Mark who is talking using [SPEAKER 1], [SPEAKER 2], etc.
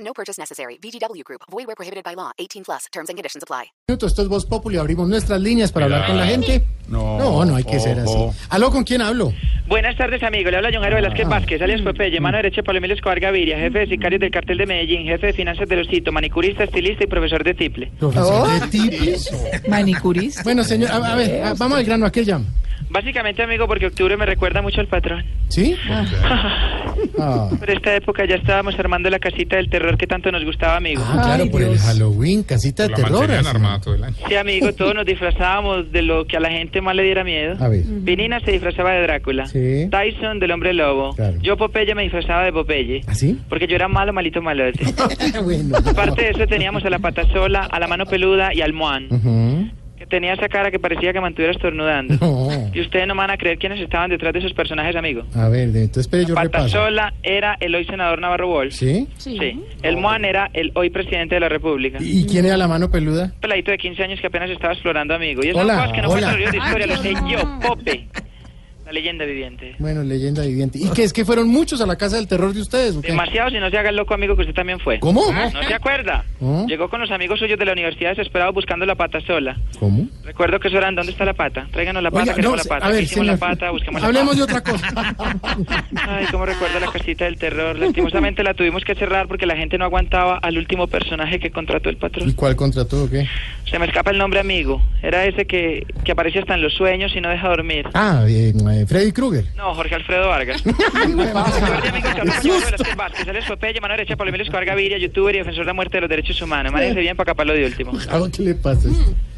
[SPEAKER 1] No purchase necessary. VGW Group. Void where prohibited by law. 18 plus. Terms and conditions apply.
[SPEAKER 2] minutos, esto es Voz Populi, abrimos nuestras líneas para hablar con la gente.
[SPEAKER 3] No.
[SPEAKER 2] no, no hay que ser así.
[SPEAKER 3] Ojo.
[SPEAKER 2] ¿Aló, con quién hablo?
[SPEAKER 4] Buenas tardes, amigo. Le habla John Jairo Velázquez
[SPEAKER 2] Ah.
[SPEAKER 4] Vázquez, alias Popeye, mano
[SPEAKER 2] Mm.
[SPEAKER 4] derecha de Pablo Emilio Escobar Gaviria, jefe de sicarios del cartel de Medellín, jefe de finanzas de Osito, manicurista, estilista y profesor de tiple.
[SPEAKER 2] Profesor de tipis.
[SPEAKER 5] Manicurista.
[SPEAKER 2] Oh. Bueno, señor, a, a ver, a- vamos al grano, ¿a qué llama?
[SPEAKER 4] Básicamente, amigo, porque octubre me recuerda mucho al patrón.
[SPEAKER 2] ¿Sí? Ah.
[SPEAKER 4] Por esta época ya estábamos armando la casita del terror que tanto nos gustaba, amigo.
[SPEAKER 2] Ah, claro,
[SPEAKER 5] Ay,
[SPEAKER 2] por el
[SPEAKER 5] Dios.
[SPEAKER 2] Halloween, casita de
[SPEAKER 3] La
[SPEAKER 2] terror.
[SPEAKER 3] mantenían
[SPEAKER 2] así.
[SPEAKER 3] armada todo el año.
[SPEAKER 4] Sí, amigo, todos nos disfrazábamos de lo que a la gente más le diera miedo.
[SPEAKER 2] A ver.
[SPEAKER 4] Vinina se disfrazaba de Drácula.
[SPEAKER 2] Sí.
[SPEAKER 4] Tyson del hombre lobo.
[SPEAKER 2] Claro.
[SPEAKER 4] Yo, Popeye, me disfrazaba de Popeye.
[SPEAKER 2] ¿Así?
[SPEAKER 4] Porque yo era malo, malito, malote.
[SPEAKER 2] bueno.
[SPEAKER 4] Aparte de eso, teníamos a la pata sola, a la mano peluda y al Moan.
[SPEAKER 2] Ujú.
[SPEAKER 4] que tenía esa cara que parecía que mantuviera estornudando.
[SPEAKER 2] No.
[SPEAKER 4] Y ustedes no me van a creer quiénes estaban detrás de esos personajes, amigo.
[SPEAKER 2] A ver, de- entonces espere, yo repaso.
[SPEAKER 4] Patasola era el hoy senador Navarro Bols.
[SPEAKER 2] ¿Sí?
[SPEAKER 5] Sí.
[SPEAKER 4] El Moan era el hoy presidente de la República. Un
[SPEAKER 2] ¿Y quién era la mano peluda?
[SPEAKER 4] peladito de 15 años que apenas estaba explorando, amigo. Y es
[SPEAKER 2] Hola,
[SPEAKER 4] una cosa que no
[SPEAKER 2] hola.
[SPEAKER 4] cuentan los libros de historia, lo sé
[SPEAKER 5] Ay, Dios
[SPEAKER 4] yo,
[SPEAKER 5] mío.
[SPEAKER 4] Pope. La leyenda viviente.
[SPEAKER 2] Bueno, leyenda viviente. ¿Y que es que fueron muchos a la casa del terror de ustedes? ¿o qué?
[SPEAKER 4] Demasiado si no se haga el loco, amigo, que usted también fue.
[SPEAKER 2] ¿Cómo?
[SPEAKER 4] ¿No se acuerda?
[SPEAKER 2] ¿Ah?
[SPEAKER 4] Llegó con los amigos suyos de la universidad desesperados buscando la pata sola.
[SPEAKER 2] ¿Cómo?
[SPEAKER 4] Recuerdo que eso eran, ¿dónde está la pata? Tráiganos la pata,
[SPEAKER 2] Oiga,
[SPEAKER 4] queremos
[SPEAKER 2] no,
[SPEAKER 4] la pata.
[SPEAKER 2] a ver,
[SPEAKER 4] Hicimos la
[SPEAKER 2] señor,
[SPEAKER 4] pata, busquemos la pata.
[SPEAKER 2] hablemos de otra cosa.
[SPEAKER 4] Ay, cómo recuerdo la casita del terror. Lastimosamente la tuvimos que cerrar porque la gente no aguantaba al último personaje que contrató el
[SPEAKER 2] ¿Y
[SPEAKER 4] patrón.
[SPEAKER 2] cuál contrató o qué?
[SPEAKER 4] Se me escapa el nombre amigo. Era ese que, que aparece hasta en los sueños y no deja dormir.
[SPEAKER 2] Ah, eh, eh, Freddy Krueger.
[SPEAKER 4] No, Jorge Alfredo Vargas. Recuerde, amigo, que hablamos de Manuel Velázquez Vázquez, Alex Popeye, mano derecha, Pablo Emilio Escobar Gaviria, youtuber y defensor de la muerte de los derechos humanos. Márense bien para acá para lo de último.
[SPEAKER 2] Claro, ¿qué le pasa? a esto?